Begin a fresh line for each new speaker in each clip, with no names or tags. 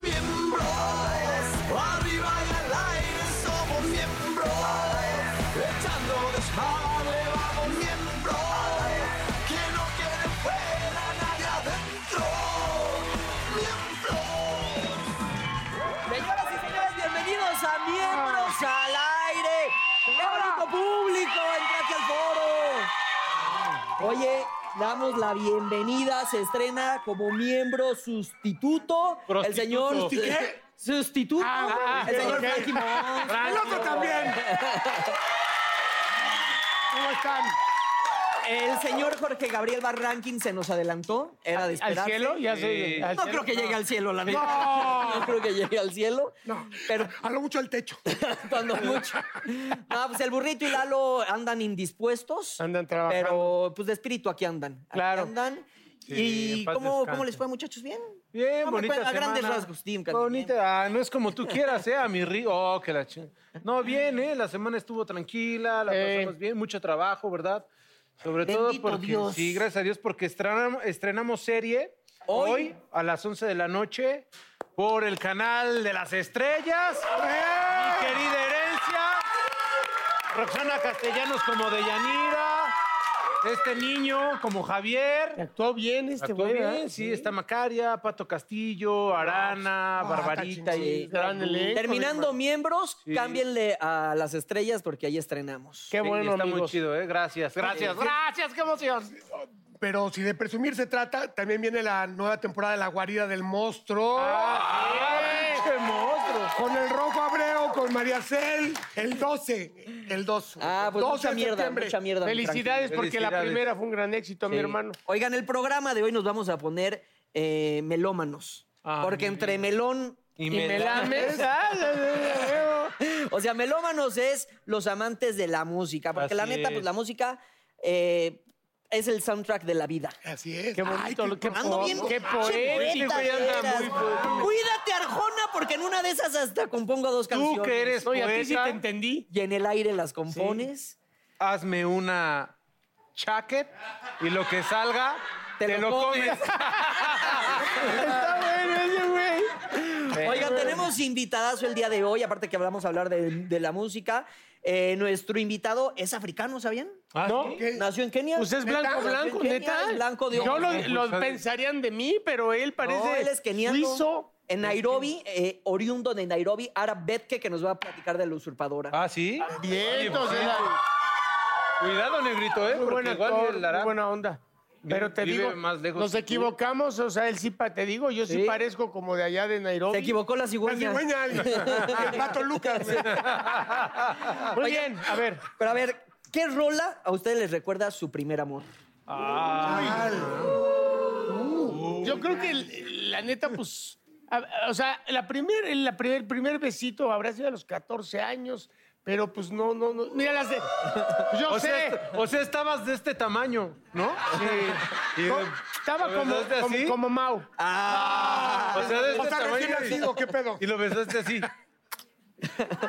Miembros, arriba y al aire somos miembros, echando desmadre vamos miembros, que no quede fuera nadie adentro, miembros.
Señoras y señores, bienvenidos a Miembros al Aire. ¡Qué bonito público! ¡Entrate al foro! Oye, damos la bienvenida. Se estrena como miembro sustituto el señor.
¿Qué?
Sustituto.
Ah,
el señor
ok.
Frankie Mons.
¡El otro también! ¿Cómo están?
El señor Jorge Gabriel Barranquín se nos adelantó. Era de
¿Al
esperarse.
cielo? Ya sé. al
No
cielo.
creo que llegue al cielo, la neta.
No.
No creo que llegue al cielo.
No,
Pero
a lo mucho al techo.
Cuando mucho. No, pues el burrito y Lalo andan indispuestos.
Andan trabajando.
Pero pues de espíritu aquí andan. Aquí
Claro.
andan.
Sí,
¿Y
en paz
cómo,
descanse.
cómo les fue, muchachos? ¿Bien?
Bien,
No me
bonita
cuen- A
semana.
grandes rasgos, Tim. ¿eh? Cantín, bien.
Bonita, ah, no es como tú quieras, ¿eh? A mi río. Oh, que la ching... No, bien, ¿eh? La semana estuvo tranquila, la pasamos bien, mucho trabajo, ¿verdad? Sobre
Bendito
todo porque.
Dios.
Sí, gracias a Dios, porque estrenamos, estrenamos serie
Hoy.
hoy. a las 11 de la noche por el canal de las estrellas. Mi querida herencia. Roxana Castellanos como Deyanira. Este niño como Javier.
Actuó bien este
Actuó
güey. ¿verdad?
bien, sí, está Macaria, Pato Castillo, Arana, Barbarita y...
pues, chingón. Gran elenco,
Terminando miembros,
Sí.
cámbienle a las estrellas porque ahí estrenamos.
Qué
Sí,
bueno,
Está muy
amigos.
chido, ¿eh? Gracias, gracias, gracias, qué emoción.
Pero si de presumir se trata, también viene la nueva temporada de La Guarida del Monstruo.
¡Qué monstruo!
Con el Rojo Abreu, con María Cel, el 12, el 12.
Ah, pues
12
mucha
de
mierda,
septiembre.
mucha mierda. mi
Felicidades
Tranquilo.
porque la
Felicidades.
primera fue un gran éxito, mi
Sí.
hermano.
Oigan, el programa de hoy nos vamos a poner eh, melómanos.
Ah,
porque
mi
entre melón
Y
Y me la Ah,
O sea, melómanos es los amantes de la música, porque
Así
la neta,
es.
pues la música eh, es el soundtrack de la vida.
Así es.
Qué bonito, qué
Ando
po-
bien.
Oh, qué
pinche poeta,
poético. y
de
anda
veras.
muy poético.
Cuídate, Arjona, porque en una de esas hasta compongo dos canciones.
Tú que eres
No, y a ti sí
poeta,
te entendí.
Y en el aire las compones.
hazme una chaquet y lo que salga, te, lo, comes.
Está bueno ese güey.
Oigan, tenemos invitadazo el día de hoy, aparte que hablamos a hablar de, de la música. Eh, nuestro invitado es africano, ¿sabían?
¿Ah,
¿No?
¿Qué?
Nació en Kenia.
Pues es
¿Neta?
blanco,
Nació en
blanco,
Kenia,
neta.
es blanco de
Yo
ojos
lo,
blancos.
lo pensarían de mí, pero él parece
No, él es keniano.
suizo.
En Nairobi, eh, oriundo de Nairobi, Arab Betke, que nos va a platicar de la usurpadora.
¿Ah, sí?
Bien, entonces,
sí. Cuidado, negrito, ¿eh?
muy
Porque
buen
igual
actor,
y el
muy
Arab-
buena onda.
Vive-
Pero te
vive
digo,
más lejos
nos
que tú.
equivocamos, o sea, él sí, pa- te digo, yo sí,
Sí.
parezco como de allá de Nairobi.
Se equivocó la
La
cigüeña.
cigüeña, el, el pato Lucas.
Muy bien, a ver.
Pero a ver, ¿qué rola a ustedes les recuerda su primer amor?
Yo creo que el- la neta, pues. a- a- O sea, la primer, el- la primer, el primer besito habrá sido a los 14 años, pero pues no, no, no. Mira las de. Yo
O
sé.
sea, est- o sea, estabas de este tamaño, ¿no?
Sí.
de-
No, Estaba
¿Lo
como,
besaste
como,
así?
como Mau.
O sea, de
O
Ah,
este
sea, Pues recién
tamaño. y-
nacido, ¿qué pedo?
Y lo besaste así.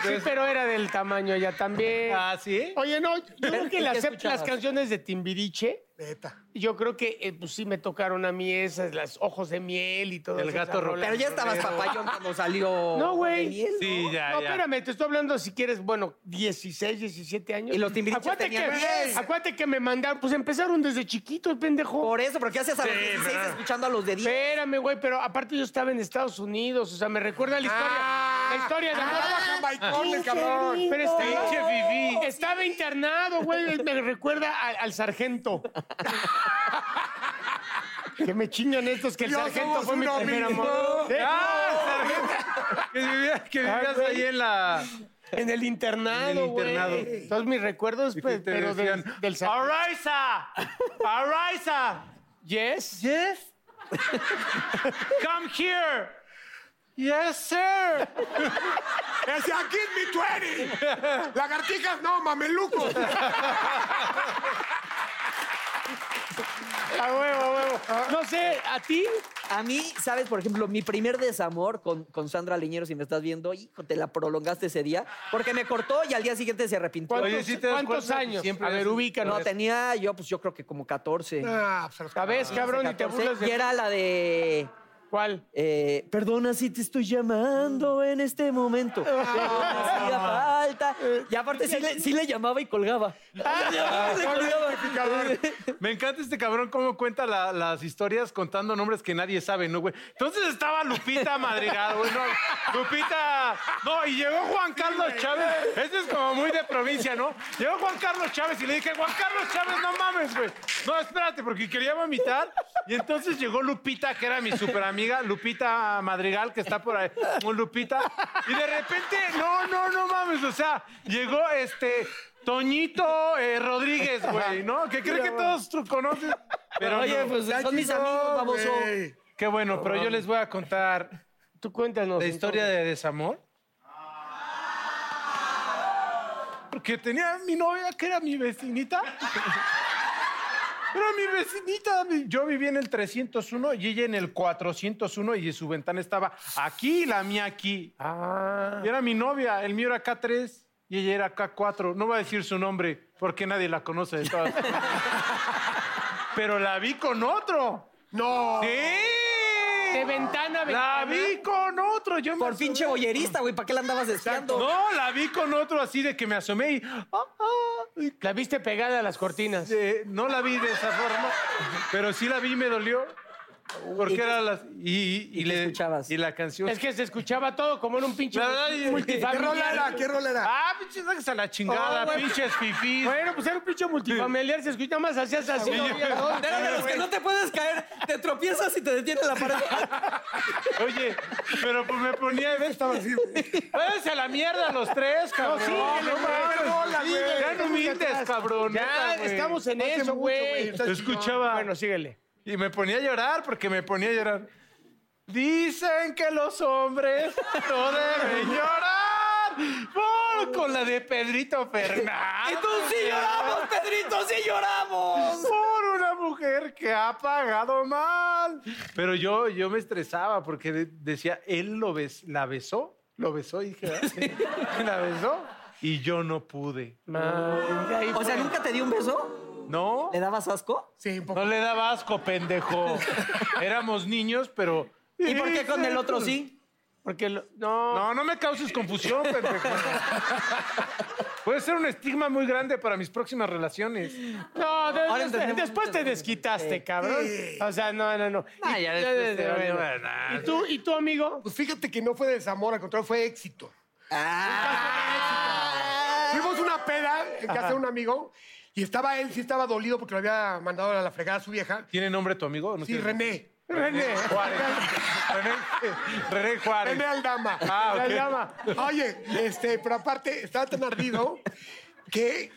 Sí, pero era del tamaño ya también.
¿Ah, sí?
Oye, no, yo creo que
¿y
las,
qué
las
escuchabas?
canciones de Timbiriche,
Neta.
yo creo que eh, pues sí me tocaron a mí esas, las ojos de miel y todo
El gato ro-
Pero ya estabas papayón cuando salió.
No, güey.
Daniel, ¿no?
Sí, ya,
no,
ya.
espérame, te estoy hablando si quieres, bueno, 16, 17 años.
Y los Timbiriche
Acuérdate
tenían
que-
10.
Acuérdate que me mandaron, pues empezaron desde chiquitos, pendejo.
Por eso, pero ¿qué haces a los
Sí,
16
pero-
escuchando a los de 10?
Espérame, güey, pero aparte yo estaba en Estados Unidos, o sea, me recuerda la historia.
Ah.
la historia de amor.
Trabaja baicones, cabrón.
Pero
Pinche
estaba,
Fifi.
estaba internado, güey, me recuerda al, al sargento. que me chingan estos, que el
Yo
sargento
somos
fue mi
uno
primer
mismo.
amor. Sí,
¡Ah, sargento! Que vivías, que vivías
güey.
ahí en la.
En el internado,
En el
güey.
internado.
Entonces mis recuerdos,
que
pues,
te
pero del-
decían,
del sargento.
¡Arisa! ¡Arisa!
Yes.
Yes? Come here! Yes, sir!
Ese aquí es mi 20. Lagartijas, no, mameluco.
A huevo, a huevo. No sé, ¿a ti?
A mí, ¿sabes? Por ejemplo, mi primer desamor con, con Sandra Leñero, si me estás viendo, hijo, te la prolongaste ese día, porque me cortó y al día siguiente se arrepintió.
¿Cuántos,
Oye, sí te das
cuántos
cuenta que
años?
siempre
a ver,
eres un-
ubícanos.
No, tenía yo, pues yo creo que como 14.
Ah, pues, se los-
A ver, cabrón, y te
14,
burlas
y
de...
era la de...
¿Cuál?
eh, perdona si te estoy
Mm.
llamando en este momento. Pero me
Ah.
hacía falta.
Eh,
Y aparte sí le, sí le llamaba y colgaba.
Ah,
Le colgaba.
Me encanta este cabrón cómo cuenta la- las historias contando nombres que nadie sabe, ¿no, güey? Entonces estaba Lupita Madrigal, güey, no, Lupita... No, y llegó Juan Carlos Chávez. Este es como muy de provincia, ¿no? Llegó Juan Carlos Chávez y le dije, Juan Carlos Chávez, no mames, güey. No, espérate, porque quería vomitar. Y entonces llegó Lupita, que era mi super amiga, Lupita Madrigal, que está por ahí. Un Lupita. Y de repente, no, no, no mames, o sea, llegó este... Toñito eh, Rodríguez, güey, ¿no? Que creo que todos tú conoces. Pero
Oye,
no.
pues
Está
son mis
chingón,
amigos, baboso.
güey.
Qué bueno, pero yo les voy a contar
Tú cuéntanos.
la historia de desamor. Porque tenía mi novia que era mi vecinita. Era mi vecinita. mi- Yo vivía en el 301 y ella en el 401 y su ventana estaba aquí y la mía aquí. Y era mi novia. El mío era K3 y ella era K4. No voy a decir su nombre porque nadie la conoce de todas. Pero la vi con otro.
No.
¡Sí!
De ventana a
La
ventana.
vi con otro. Yo me
Por
asomé.
pinche boyerista, güey. ¿Para qué la andabas espiando?
No, la vi con otro así de que me asomé y. ah, ah, y-
La viste pegada a las cortinas.
de- no la vi de esa forma, pero sí la vi y me dolió. Porque era las. Y, y
¿Y qué
le-
escuchabas?
Y la canción.
Es que se escuchaba todo como en un pinche
La verdad, y-
¿Qué rola
multifamiliar.
era? ¿Qué rola era?
Ah, pinches, sáquense a la chingada,
Oh, güey.
pinches fifís.
Bueno, pues era un pinche multifamiliar, se escuchaba más hacías así.
Sí,
no
yo-
había dónde.
Era de los que no te puedes caer. Te tropiezas y te detiene la pared.
Oye, pero pues me ponía. Estaba así. Váyanse a la mierda los tres, cabrón.
sí, que le-
mames,
rola,
sí,
güey.
Sean humildes, cabrón.
Ya,
neta, güey.
estamos en
No hace
eso,
mucho, güey,
güey.
está
Yo
chingón.
escuchaba.
Bueno, síguele.
Y me ponía a llorar porque me ponía a llorar. Dicen que los hombres no deben llorar. Por, con la de Pedrito Fernández.
¡Y tú sí lloramos, Pedrito! ¡Sí lloramos!
Por una mujer que ha pagado mal. Pero yo, yo me estresaba porque de- decía, él lo bes- la besó. Lo besó, dije. ¿verdad? La besó. Y yo no pude.
O sea, ¿nunca te di un beso?
¿No?
¿Le dabas asco?
Sí, un poco.
No le daba asco, pendejo. Éramos niños, pero.
¿Y por qué con el otro sí?
Porque lo- no,
No, no me causes confusión, pendejo. Puede ser un estigma muy grande para mis próximas relaciones.
no, de-
Ahora
de-
entendemos
después te
muchas cosas.
desquitaste, cabrón. O sea, no, no, no.
Ah, ya después te valió
bueno.
madre.
¿Y tú, y tú, amigo?
Pues fíjate que no fue desamor, al contrario, fue éxito. Fuimos una peda en casa de un amigo y estaba él, sí estaba dolido porque lo había mandado a la fregada a su vieja.
¿Tiene nombre tu amigo? o no
Sí,
tiene?
René.
René Juárez. René, René Juárez.
René Aldama.
Ah, ok.
La llama.
Oye, este, pero aparte estaba tan ardido que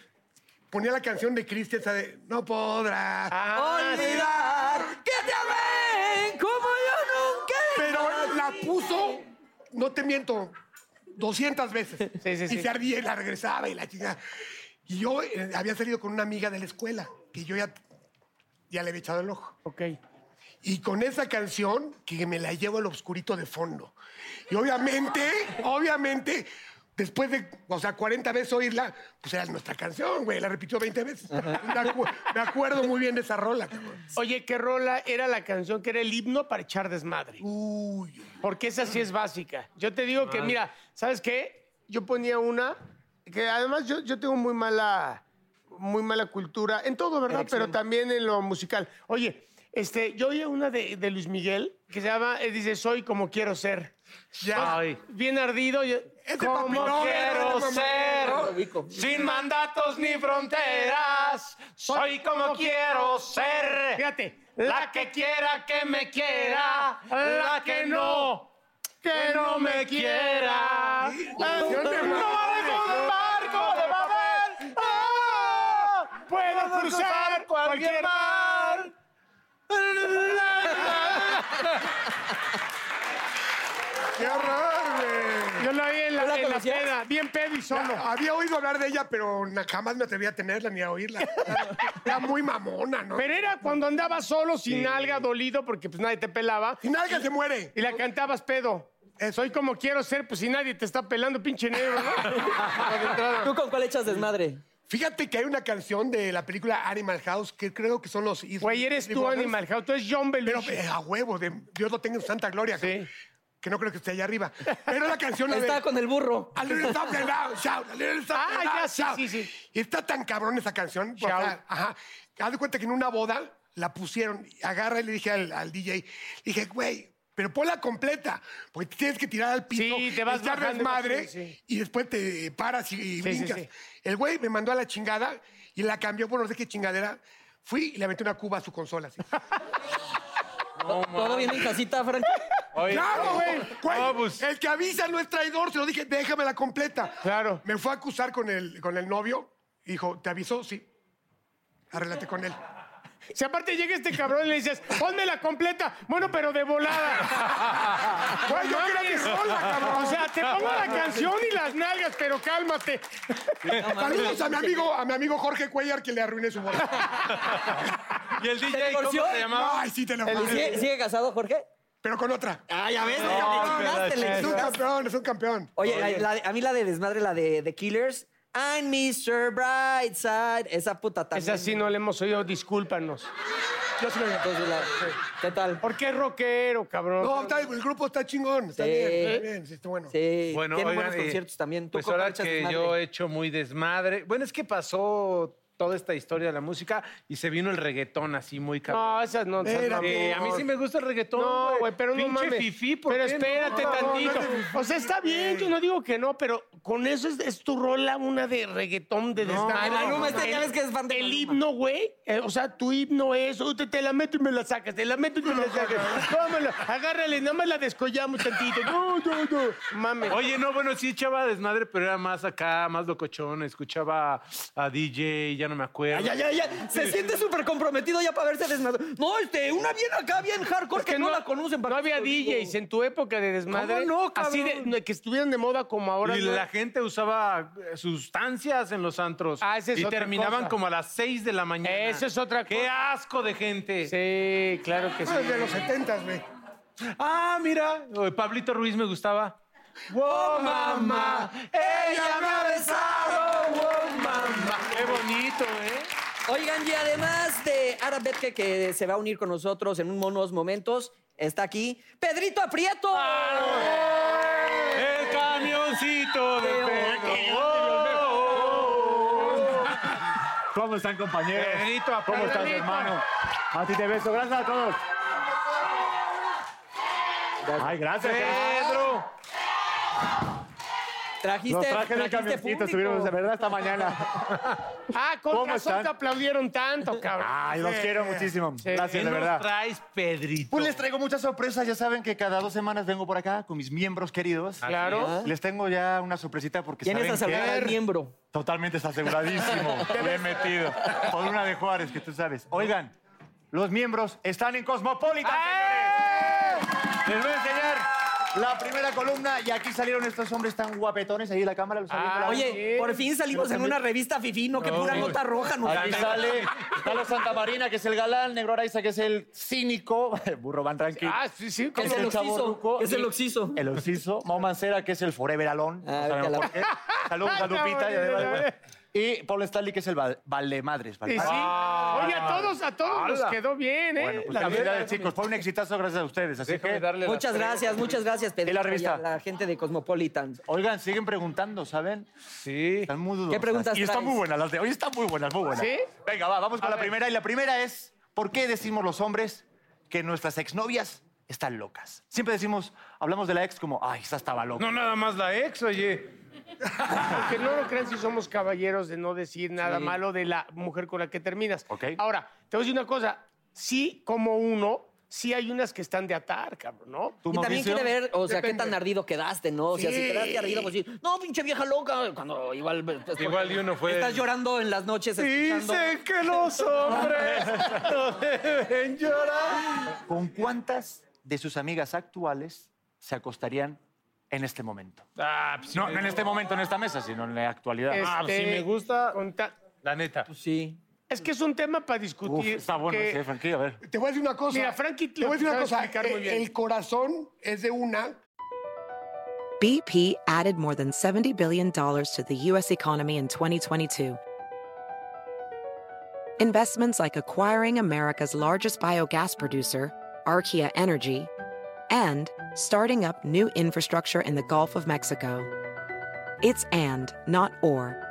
ponía la canción de Cristian, esa de No podrás
Ah,
olvidar que te amé como yo nunca. Pero la puso, no te miento, 200 veces.
Sí, sí,
y
sí.
se ardía y la regresaba y la chingada. Y yo eh, había salido con una amiga de la escuela que yo ya, ya le había echado el ojo.
Ok.
Y con esa canción que me la llevo al oscurito de fondo. Y obviamente, obviamente, Después de, o sea, 40 veces oírla, pues era nuestra canción, güey. La repitió 20 veces. Me, acu- me acuerdo muy bien de esa rola, cabrón.
Oye, qué rola era la canción que era el himno para echar desmadre.
Uy.
Porque esa sí es básica. Yo te digo que, mira, ¿sabes qué? Yo ponía una que además yo, yo tengo muy mala, muy mala cultura en todo, ¿verdad? Pero también en lo musical. Oye, este, yo oía una de, de Luis Miguel que se llama, eh, dice, soy como quiero ser.
Ya.
Ay.
Bien ardido. yo,
Ese
como
papilón era la
quiero
mamá,
ser.
ubico.
Sin mandatos ni fronteras, soy como quiero ser.
Fíjate,
La que quiera que me quiera, la que no, que no me quiera.
Yo te
No manejo de barco de papel, ah, puedo cruzar cualquier mar.
¡Qué horror, güey!
Yo la oí en la,
la
en la
conocías?
peda, bien pedo y solo.
Había oído hablar de ella, pero na- jamás me atreví a tenerla ni a oírla. Era- Era muy mamona, ¿no?
Pero era cuando andaba solo, sin alga, dolido, porque pues nadie te pelaba.
Sin alga se muere.
Y la cantabas pedo.
Eso.
Soy como quiero ser, pues si nadie te está pelando, pinche negro, ¿no?
¿Tú con cuál echas desmadre?
Fíjate que hay una canción de la película Animal House que creo que son los... Is-
Güey, eres tú,
Brothers.
Animal House. Tú eres John
Pero
Belushi.
eh, a huevo, de Dios lo tenga en su santa gloria.
Sí.
Que no creo que esté allá arriba. Pero la canción... la de-
Está con el burro.
A little something now, shout, a little something
Ah,
now,
ya, sí,
shout.
sí, sí.
Y está tan cabrón esa canción. o sea,
Shout.
ajá. Haz de cuenta que en una boda la pusieron, y agarra y le dije al, al DJ, le dije, güey, pero ponla completa, porque te tienes que tirar al piso,
Sí, te vas
echar
bajando,
desmadre,
sí, sí.
y después te paras y, y brincas.
sí.
El güey me mandó a la chingada y la cambió por no sé qué chingadera. Fui y le aventé una cuba a su consola. así.
Todo bien en casita, Frank.
¡Claro, güey! Güey,
No, pues.
El que avisa no es traidor, se lo dije, déjamela completa.
Claro.
Me fue a acusar con el, con el novio. Dijo, ¿te avisó? Sí. Arréglate con él.
Si aparte llega este cabrón y le dices, ponme la completa. Bueno, pero de volada.
Güey, yo
No
quiero mi
mames.
rola, cabrón.
O sea, te pongo la canción y las nalgas, pero cálmate.
Saludos a mi amigo, a mi amigo Jorge Cuellar que le arruiné su voz.
¿Y el DJ cómo
divorció?
se llamaba?
Ay, sí, te lo
¿Y
juro.
sigue, sigue casado, Jorge?
Pero con otra.
Ah, ya ves,
Es un campeón, es un campeón.
Oye, la- la- a mí la de desmadre, la de The Killers. I'm Mr. Brightside. Esa puta también.
Esa sí no la hemos oído, discúlpanos.
Yo sí lo digo.
Entonces, la- ¿Qué tal?
¿Por qué es rockero, cabrón?
No, está- el grupo está chingón. Está
Sí.
bien, está bien, sí, está bueno.
Sí,
Bueno,
tiene
oigan,
buenos
eh,
conciertos también. ¿Tú
pues
con cuál
ahora
echas
que
desmadre?
yo he hecho muy desmadre. Bueno, es que pasó toda esta historia de la música y se vino el reggaetón así muy cabrón.
No, esas no. esas
Espérate.
no.
Eh, a mí sí me gusta el reggaetón.
No, güey, pero no
Pinche
mames.
fifí, ¿por
pero
qué no?
espérate
No,
tantito.
no es de
o sea, está bien, yo no digo que no, pero con eso es, es tu rola una de reggaetón de desmadre.
Ay, Maluma, este ya
El-
ves que es fan de
El
Maluma.
himno, güey. eh, o sea, tu himno es, "Uy, te, te la meto y me la sacas, te la meto y me la sacas. Vámonos, agárrale, nada más la descollamos tantito. No, no, no. Mames.
Oye, no, bueno, sí echaba desmadre, pero era más acá, más locochón. Escuchaba a DJ, ya no me acuerdo.
Ya, ya, ya. Se siente súper comprometido ya para verse desmadre. No, este, una bien acá, bien hardcore, que, no, la conocen.
No
¿para qué
había
te lo digo?
DJs en tu época de desmadre.
no, cabrón?
Así de, que estuvieran de moda como ahora.
y
¿no?
la gente usaba eh, sustancias en los antros.
Ah, esa es
y
otra
terminaban
cosa.
como a las 6 de la mañana.
Esa es otra
¡Qué asco de gente!
Sí, claro que sí.
Ah, De los 70, güey.
Ah, mira, eh, Pablito Ruiz me gustaba.
Oh,
¡Wow, mamá! ¡Ella me ha besado! ¡Wow, mamá! ¡Qué bonito, eh!
Oigan, y además de Arabetke, que se va a unir con nosotros en unos momentos, está aquí Pedrito Aprieto.
El camioncito de Pedro.
¿Cómo están, compañeros?
Pedrito,
¿Cómo
aplauda.
estás, hermano? A ti te beso. Gracias a todos. Ay, gracias.
Pedro.
Trajiste,
Los trajes del
trajiste
camioncito
público.
estuvieron de verdad esta mañana.
Ah, con
¿Cómo
razón
están?
te aplaudieron tanto, cabrón.
Ah,
Ay, los quiero muchísimo.
¿Qué
Gracias, de
nos
verdad.
traes, Pedrito?
Pues les traigo muchas sorpresas. Ya saben que cada dos semanas vengo por acá con mis miembros queridos.
Claro.
Les tengo ya una sorpresita porque
Tienes
saben
asegurado
que-
al miembro.
Totalmente está aseguradísimo. Le he metido. Por una de Juárez, que tú sabes. Oigan, los miembros están en Cosmopolitan, señores. Les voy a enseñar
la primera columna y aquí salieron estos hombres tan guapetones. Ahí la cámara los está
Ah,
viendo la-
Oye, por fin salimos en una revista fifino que pura nota roja nos
Aquí
dan.
sale Carlos Santa Marina, que es el galán, Negro Araiza, que es el cínico, Burro Van Ranking,
Ah, sí, sí.
que
Es
es
el
el
oxiso.
chaborruco.
Es el oxiso.
el Ociso, Mau Mancera, que es el Forever Alone, no
Ah,
sabemos
cala-
por qué. Saludos a Lupita. y a Débora. Y Paul Stanley, que es el val- Valemadres.
Y sí.
Valemadres.
Oye, a todos, a todos nos quedó bien, ¿eh?
Bueno, pues
La verdad.
felicidades, chicos. Fue un exitazo gracias a ustedes. Así
Déjame
que,
darle
Muchas
las tres.
gracias, muchas gracias, Pedro.
revista.
la gente de Cosmopolitan.
oigan, siguen preguntando, ¿saben?
Sí.
Están muy dudosas.
¿Qué preguntas
Y están
traes?
muy buenas las de hoy. Están muy buenas, muy buenas.
¿Sí?
Venga, va, vamos con
A
la
ver.
primera. Y la primera es, ¿por qué decimos los hombres que nuestras exnovias están locas? Siempre decimos, hablamos de la ex como, ay, esa estaba loca.
No nada más la ex, oye.
Porque no lo crean si somos caballeros de no decir nada malo de la mujer con la que terminas.
Ok.
Ahora, te voy a decir una cosa. Sí, como uno, sí hay unas que están de atar, cabrón, ¿no?
¿Tú,
Y también
Mauricio?
quiere ver, o sea, qué tan ardido quedaste, ¿no? O sea, si quedaste ardido, pues sí, no, pinche vieja loca, cuando igual... pues,
Igual y uno fue
Estás
el-
llorando en las noches escuchando...
Dicen que los hombres no deben llorar.
¿Con cuántas de sus amigas actuales se acostarían en este momento?
Ah, pues sí
No,
me-
no en este momento, en esta mesa, sino en la actualidad.
Ah, pues
Este,
sí me gusta.
con ta-
La neta.
Pues sí.
Es que es un tema para
Uf,
discutir.
está bueno
que-
ese, Frankie, a ver.
Te voy a decir una cosa.
Mira, Frankie
te voy a decir una
sabe
cosa.
explicar muy
eh,
bien.
El corazón es de una.
BP added more than $70 billion to the U.S. economy in 2022. Investments like acquiring America's largest biogas producer, Archaea Energy, and starting up new infrastructure in the Gulf of Mexico. It's and, not or.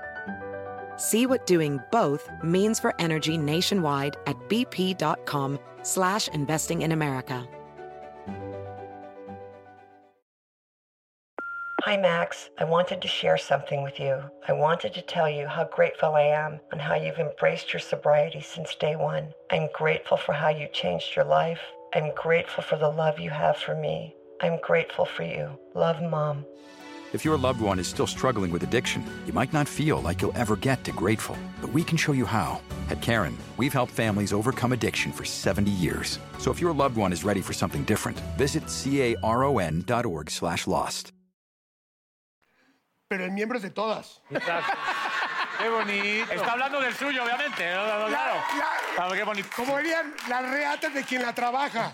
See what doing both means for energy nationwide at bp.com slash investing in America.
Hi, Max. I wanted to share something with you. I wanted to tell you how grateful I am and how you've embraced your sobriety since day one. I'm grateful for how you changed your life. I'm grateful for the love you have for me. I'm grateful for you. Love, Mom.
If your loved one is still struggling with addiction, you might not feel like you'll ever get to grateful, but we can show you how. At Karen, we've helped families overcome addiction for 70 years. So if your loved one is ready for something different, visit caron.org slash lost.
Pero el miembro es de todas.
Qué bonito.
Está hablando del suyo, obviamente. No, no, no, claro.
La-
Ah, qué bonito.
como dirían las reatas de quien la trabaja.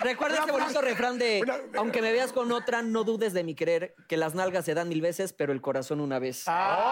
Recuerda
Una
este bonito
frase-
refrán de,
una-
aunque me veas con otra, no dudes de mi querer, que las nalgas se dan mil veces, pero el corazón una vez.
Ah,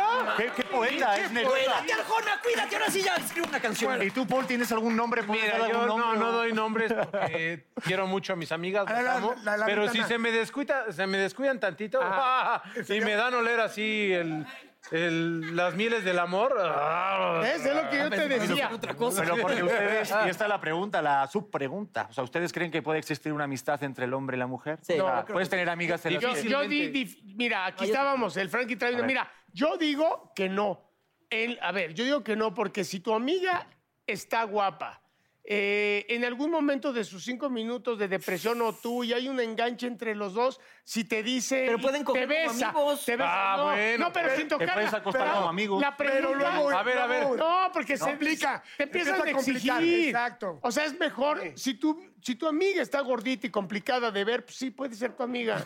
Ah,
¿Qué, qué poeta es Neruda?
¡Cuídate, Arjona, cuídate! Ahora sí ya escribe una canción.
¿Y tú, Paul, tienes algún nombre? ¿Puedes
Mira,
dar
yo
algún
no,
nombre?
no doy nombres porque quiero mucho a mis amigas,
A la-
las
la-
amo,
la- la
pero
ventana.
si se me descuida, se me descuidan tantito y me dan a oler así el, el- las mieles del amor. ah,
¿Ves? Es lo que yo te decía.
Pero porque ustedes, y esta es la pregunta, la subpregunta. O sea, ¿ustedes creen que puede existir una amistad entre el hombre y la mujer?
Sí.
O sea,
No, creo
puedes tener amigas en
Yo-
las
Yo,
que-
di, dif- mira, aquí
Oye,
estábamos, el Frankie trae una.
ver.
Mira, yo digo que no. El- a ver, yo digo que no, porque si tu amiga está guapa, eh, en algún momento de sus cinco minutos de depresión o tú, y hay un enganche entre los dos, si te dice.
Pero
y
pueden coger
te
como
besa,
amigos.
Te besa,
Ah,
no,
bueno,
no, pero,
pero-
sin
te
tocar.
puedes
la-
acostar
pero
como amigos.
La
Pero
pregunta-
luego-
A ver, a ver.
No, porque se
Complica,
Te empiezan a
empieza a complicar,
exigir.
exacto.
O sea, es mejor. Si, tu, si tu amiga está gordita y complicada de ver, pues sí, puede ser tu amiga.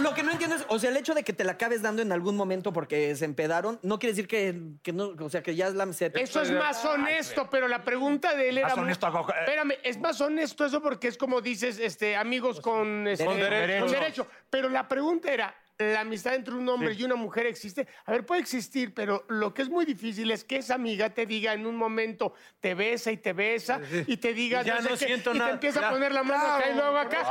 Lo que no entiendo es, o sea, el hecho de que te la acabes dando en algún momento porque se empedaron, no quiere decir que, que no, o sea, que ya es la se-
Eso es más honesto, pero la pregunta de él era.
Más
muy-
honesto, Coco. eh.
Espérame, es más honesto eso porque es como dices, este, amigos con, este,
Con
Pues derecho.
con derecho. Pero la pregunta era. ¿La amistad entre un hombre y una mujer existe? A ver, puede existir, pero lo que es muy difícil es que esa amiga te diga en un momento, te besa y te besa, y te diga,
Y ya no
sé qué,
siento
y te
nada.
empieza a
Ya. Ah, pues,
poner la mano acá y luego acá,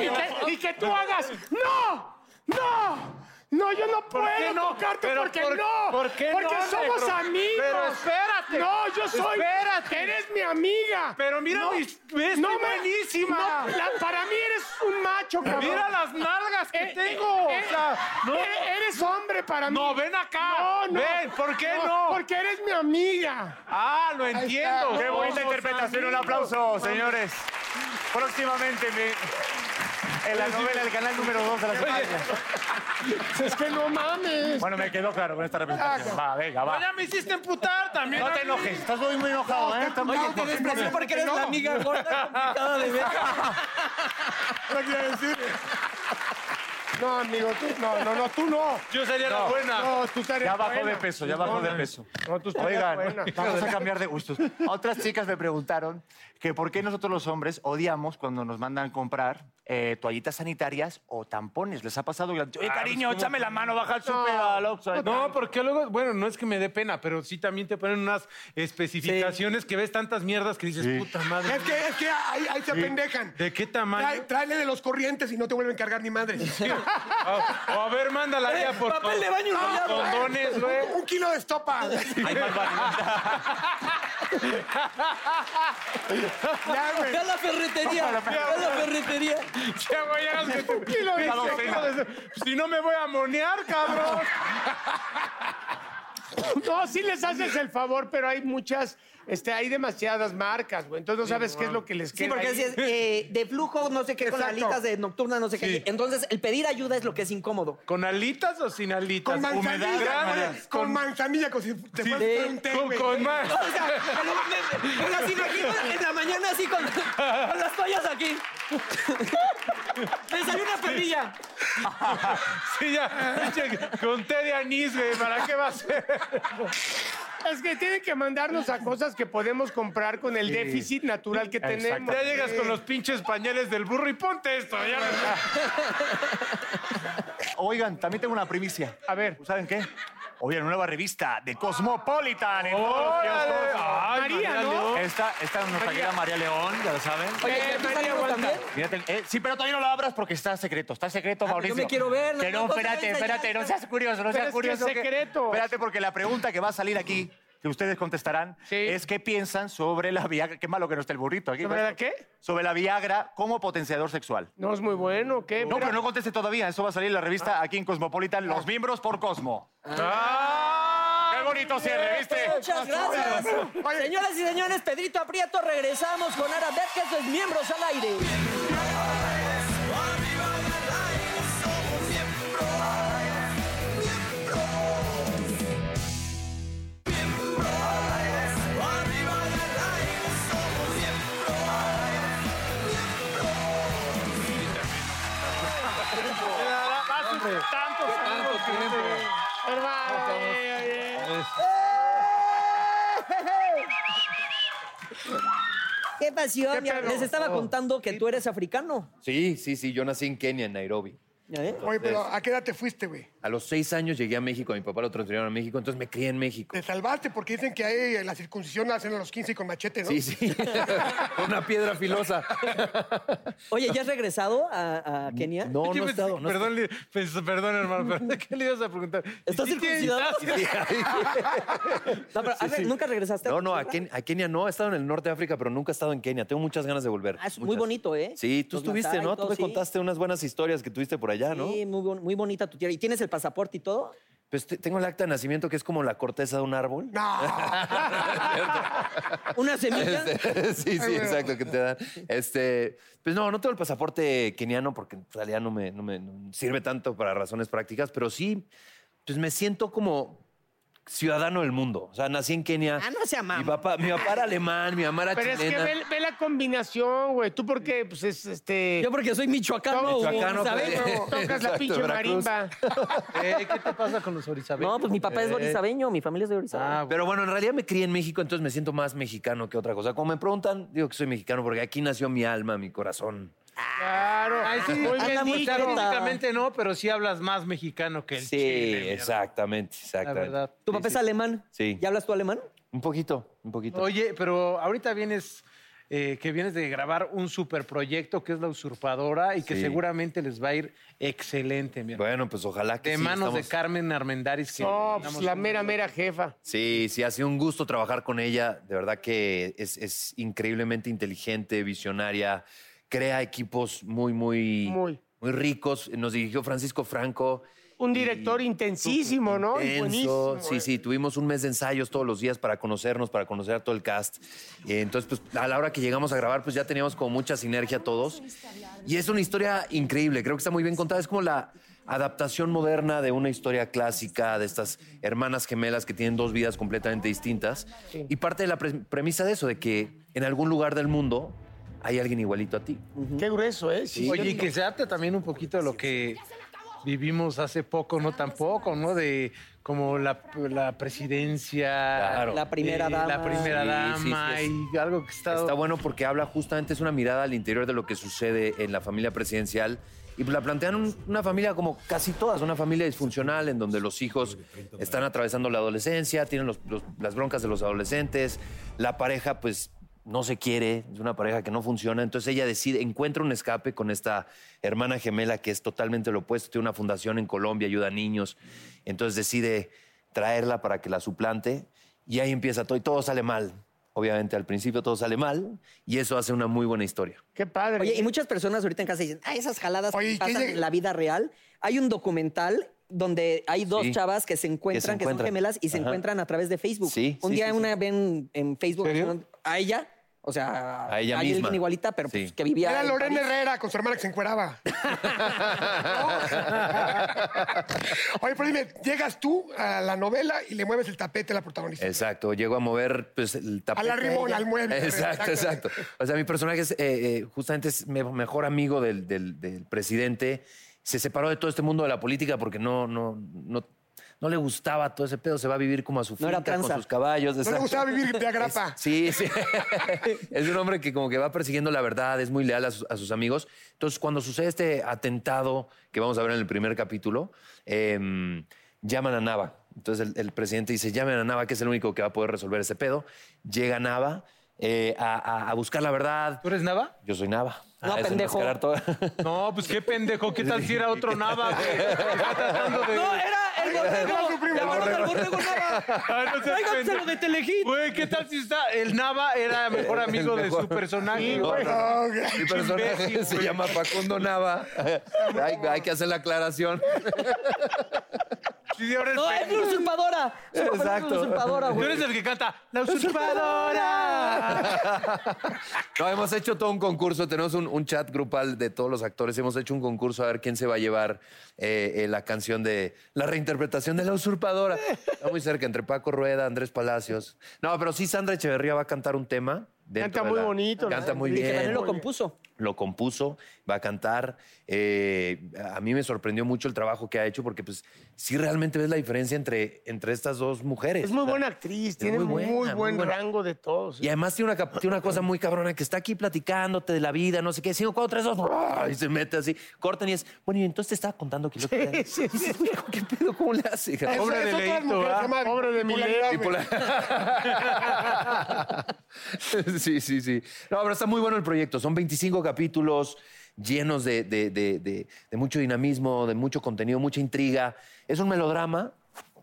y, que, y que tú hagas, ¡no! ¡No! ¡No, yo no
¿Por qué
puedo
no?
tocarte
Pero
porque
por-
no!
¿por qué no,
Porque somos
negro?
amigos.
Pero espérate.
No, yo soy.
Espérate.
Eres mi amiga.
Pero mira mis- es buenísima.
no, la- para mí eres un macho, cabrón.
Mira las nalgas que
Eh,
tengo.
eh,
o sea, no.
eh, Eres hombre para mí.
No, ven acá.
No, no.
Ven, ¿por qué no?
Porque eres mi amiga.
ah, lo entiendo.
¡Qué
Somos
buena interpretación! Un aplauso, señores. Próximamente me- en la novela, el canal número 2 de la semana.
Es que no mames.
Bueno, me quedó claro con esta representación. Va, venga, va.
No, ya me hiciste emputar también.
No te enojes, estás muy, muy enojado, ¿eh? Estás muy
Oye,
enojado.
Ah, te despreció porque eres la amiga gorda complicada de ver.
No quiero decir. No, amigo, tú no, no, no, tú no.
Yo sería la
No,
buena.
No, tú serías
Ya bajó
buena.
de peso, ya bajó de peso.
No, tú estarías
Oigan,
buena.
vamos a cambiar de gustos. Otras chicas me preguntaron que por qué nosotros los hombres odiamos cuando nos mandan comprar eh, toallitas sanitarias o tampones. ¿Les ha pasado? Oye, cariño, échame la mano, baja el súper al Oxxo.
No, porque luego, bueno, no es que me dé pena, pero sí también te ponen unas especificaciones que ves tantas mierdas que dices, puta madre.
Es que, es que ahí, ahí se
Sí.
apendejan.
¿De qué tamaño?
Trae- tráele de los corrientes y no te vuelven a cargar ni madre.
Ah, o a ver, mándala ya por
papel de baño
con-
enrollado.
condones, güey.
Un- Un kilo de estopa. Ya, güey.
Ve a la ferretería. Ve a la ferretería.
Ya, güey, ya hazme tu- Dice, Si no me voy a monear, cabrón.
No, sí les haces el favor, pero hay muchas, este, hay demasiadas marcas, güey. Entonces no sabes qué es lo que les queda.
Sí, porque
ahí.
si es eh, de flujo, no sé qué, con
Exacto.
alitas de nocturna, no sé qué.
Sí.
Entonces, el pedir ayuda es lo que es incómodo.
¿Con alitas o sin alitas?
Con manzanilla,
Gracias.
güey. Con manzanilla, como si te fueras a hacer un té,
Con,
güey.
con más.
O sea, me lo- me- me- me las imagino en la mañana así con, con las toallas aquí. Desayuna perrilla.
Sí, ya. pinche, Con té de anís, güey. ¿Para qué va a ser?
Es que tienen que mandarnos a cosas que podemos comprar con el déficit natural que tenemos.
Ya llegas con los pinches pañales del burro y ponte esto. Ya
Ah,
Oigan, también tengo una primicia.
A ver.
¿Saben qué? Hoy en una nueva revista de Cosmopolitan. en todos los
¡Órale!
kioscos.
Ay,
María, ¿no?
León.
Esta, esta es nuestra
María.
querida María León, ya lo saben.
Oye, ¿ya tú salieron también?
Mira, te- eh, sí, pero todavía no la abras porque está secreto, está
Ah,
secreto,
pero
Mauricio.
yo me quiero ver, no
Que no,
tengo otra
espérate,
vez
espérate,
allá.
no seas curioso,
Pero
no seas
es que es
curioso.
secreto.
Espérate, porque la pregunta que va a salir aquí, que ustedes contestarán,
Sí.
es qué piensan sobre la Viagra. Qué malo que no está el burrito aquí. pues,
¿Sobre la qué?
Sobre la Viagra como potenciador sexual.
No es muy bueno, ¿qué?
No, pero no conteste todavía. Eso va a salir en la revista
Ah.
aquí en Cosmopolitan, Los miembros por Cosmo.
Ah.
¡Qué bonito cierre, viste!
Muchas gracias. Señoras y señores, Pedrito Aprieto, regresamos con Ara Vázquez, los miembros al aire.
Hermano, oye, oye.
¿Qué pasión?
Qué
mira,
pedo.
Les estaba contando que tú eres africano.
Sí, sí, sí. Yo nací en Kenia, en Nairobi.
¿Ya ves?
Oye, pero ¿a qué edad te fuiste, güey?
A los seis años llegué a México. A mi papá lo transfirieron a México, entonces me crié en México.
Te salvaste porque dicen que ahí la circuncisión la hacen a los 15 con machete, ¿no?
Sí, sí. Una piedra filosa.
Oye, ¿ya has regresado a, a Kenia?
No, no
Yo
he
pensé-
estado. No he
perdón, li- pensé- perdón, hermano, pero ¿qué le ibas a preguntar?
¿Estás
¿Sí tienes-
circuncidado? No, pero, a
Sí,
ver,
sí.
¿Nunca regresaste?
No, no,
tu
a
tierra?
Ken- a Kenia no. He estado en el norte de África, pero nunca he estado en Kenia. Tengo muchas ganas de volver.
Ah, es muy
Muchas.
bonito, ¿eh?
Sí, tú
Los
estuviste,
Masái y
¿no? Tú
todo,
me
sí.
contaste unas buenas historias que tuviste por allá, ¿no?
Sí, muy, bon- muy bonita tu tierra. ¿Y tienes el pasaporte y todo?
Pues te- tengo el acta de nacimiento que es como la corteza de un árbol.
No.
¿Una semilla?
Este, sí, sí, exacto, que te dan. Este, pues no, no tengo el pasaporte keniano porque en realidad no me, no me- no sirve tanto para razones prácticas, pero sí, pues me siento como ciudadano del mundo. O sea, nací en Kenia.
Ah, no sea mamá.
Mi papá, mi papá era alemán, mi mamá era
Pero es que
chilena.
ve, ve la combinación, güey. Tú porque, pues, es este...
Yo porque soy michoacano.
Michoacano,
¿sabes?
pues.
Tocas la
Exacto,
pinche
Veracruz.
marimba.
Eh, ¿Qué te pasa con los orizabeños?
No, pues mi papá es de orizabeño, mi familia es de orizabeño.
Pero bueno, en realidad me crié en México, entonces me siento más mexicano que otra cosa. Como me preguntan, digo que soy mexicano porque aquí nació mi alma, mi corazón.
Claro. Muy
Anda
bien
muy
dicho.
cerca.
pues, Técnicamente no, pero sí hablas más mexicano que el
Sí,
chile. mira,
exactamente,
La
exactamente.
verdad.
¿Tu papá es alemán?
Sí.
¿Ya hablas tú alemán?
Un poquito, un poquito.
Oye, pero ahorita vienes... eh, que vienes de grabar un superproyecto que es La Usurpadora y que
Sí.
seguramente les va a ir excelente, mi hermano.
Bueno, pues ojalá que
De
sí,
manos de
estamos-
Carmen Armendáriz. que
No, pues,
mandamos
la
un-
mera, mera jefa.
Sí, sí, ha sido un gusto trabajar con ella. De verdad que es, es increíblemente inteligente, visionaria, crea equipos muy, muy,
Muy.
muy ricos. Nos dirigió Francisco Franco
un director intensísimo, ¿no? Y
pues, Intenso.
buenísimo. ¿eh?
Sí, sí, tuvimos un mes de ensayos todos los días para conocernos, para conocer a todo el cast. Eh, Entonces, pues a la hora que llegamos a grabar, pues ya teníamos como mucha sinergia todos. Y es una historia increíble, creo que está muy bien contada. Es como la adaptación moderna de una historia clásica de estas hermanas gemelas que tienen dos vidas completamente distintas. Y parte de la pre- premisa de eso, de que en algún lugar del mundo hay alguien igualito a ti.
Qué grueso, ¿eh? Sí.
Oye, y que se adapte también un poquito a lo que vivimos hace poco, no tampoco, ¿no? De como la, la presidencia,
Claro.
eh, la primera
Sí, sí, sí,
dama
es-
y algo que está...
Está bueno porque habla justamente, es una mirada al interior de lo que sucede en la familia presidencial. Y pues, la plantean un- una familia como casi todas, una familia disfuncional en donde los hijos están atravesando la adolescencia, tienen los- los- las broncas de los adolescentes, la pareja pues no se quiere, es una pareja que no funciona, entonces ella decide, encuentra un escape con esta hermana gemela que es totalmente lo opuesto, tiene una fundación en Colombia, ayuda a niños, entonces decide traerla para que la suplante y ahí empieza todo y todo sale mal. Obviamente al principio todo sale mal y eso hace una muy buena historia.
Qué padre.
Oye, y muchas personas ahorita en casa dicen, ah, esas jaladas
Oye, ¿y qué
pasan
llega-
en la vida real. Hay un documental donde hay dos
Sí,
chavas que se encuentran, que, son
encuentran.
gemelas, y se
Ajá.
encuentran a través de Facebook.
Sí,
un
sí,
día
sí,
una ven en Facebook a ella, o sea,
A ella
hay alguien
misma.
igualita, pero pues,
Sí.
que vivía.
Era
en
Lorena
París.
Herrera con su hermana que se encueraba. Oye, pero dime, llegas tú a la novela y le mueves el tapete a la protagonista.
Exacto, llego a mover pues, el tapete.
la rimona, al mueble.
Exacto,
Exacto.
exacto. O sea, mi personaje es eh, eh, justamente es me- mejor amigo del, del- del presidente. Se separó de todo este mundo de la política porque no, no, no, no le gustaba todo ese pedo. Se va a vivir como a su
No era
finca con
tranza.
sus caballos.
No le
exacto.
gustaba vivir de agrapa.
Sí, sí. es un hombre que como que va persiguiendo la verdad, es muy leal a, sus- a sus amigos. Entonces, cuando sucede este atentado que vamos a ver en el primer capítulo, em, llaman a Nava. Entonces el, el presidente dice, llamen a Nava, que es el único que va a poder resolver ese pedo. Llega Nava eh, a, a- a buscar la verdad.
¿Tú eres Nava?
Yo soy Nava. Ah,
No,
A
pendejo.
desenmascarar todo.
No, pues qué pendejo, qué tal si era otro Nava, güey? Que está tratando de...
No, era el
Era
borrego.
su primo.
El borrego, el borrego Nava.
Ah, no seas
Tráiganselo
pendejo.
de Telehit.
Güey, ¿qué tal si está? El Nava era mejor amigo
El
de
mejor-
su personaje.
No,
güey.
no, no.
Ok.
Mi personaje
imbécil,
se
güey.
llama Facundo Nava. hay, hay que hacer la aclaración.
Sí, ahora es
No, es la
pendejo.
usurpadora. Su papá Es la
Exacto.
usurpadora,
Tú
güey.
eres el que canta La usurpadora.
No, hemos hecho todo un concurso, tenemos un, un chat grupal de todos los actores, hemos hecho un concurso a ver quién se va a llevar eh, eh, la canción de la reinterpretación de La Usurpadora. Está muy cerca, entre Paco Rueda, Andrés Palacios. No, pero sí Sandra Echeverría va a cantar un tema. dentro
Canta
de
muy
la-
bonito, ¿no?
Canta muy
Y que
bien.
también lo compuso.
lo compuso, va a cantar. Eh, a mí me sorprendió mucho el trabajo que ha hecho porque pues sí realmente ves la diferencia entre, entre estas dos mujeres.
Es muy
O sea,
buena actriz, tiene
muy
muy,
buena, muy
buen
buena.
rango de todos.
y además tiene una, cap- tiene una cosa muy cabrona que está aquí platicándote de la vida, no sé qué, 5, 4, 3, 2, y se mete así, cortan y es, bueno, y entonces te estaba contando que lo que... era".
sí, sí.
Dices, "Hijo, ¿Qué pedo? ¿Cómo le hace?
Es-
Pobre
es
de
otra
Leito,
mujer,
¿ah?
se llama
Pobre de mi
bipolaridad, güey.
sí, sí, sí. No, pero está muy bueno el proyecto. Son 25 capítulos llenos de, de- de- de- de mucho dinamismo, de mucho contenido, mucha intriga. Es un melodrama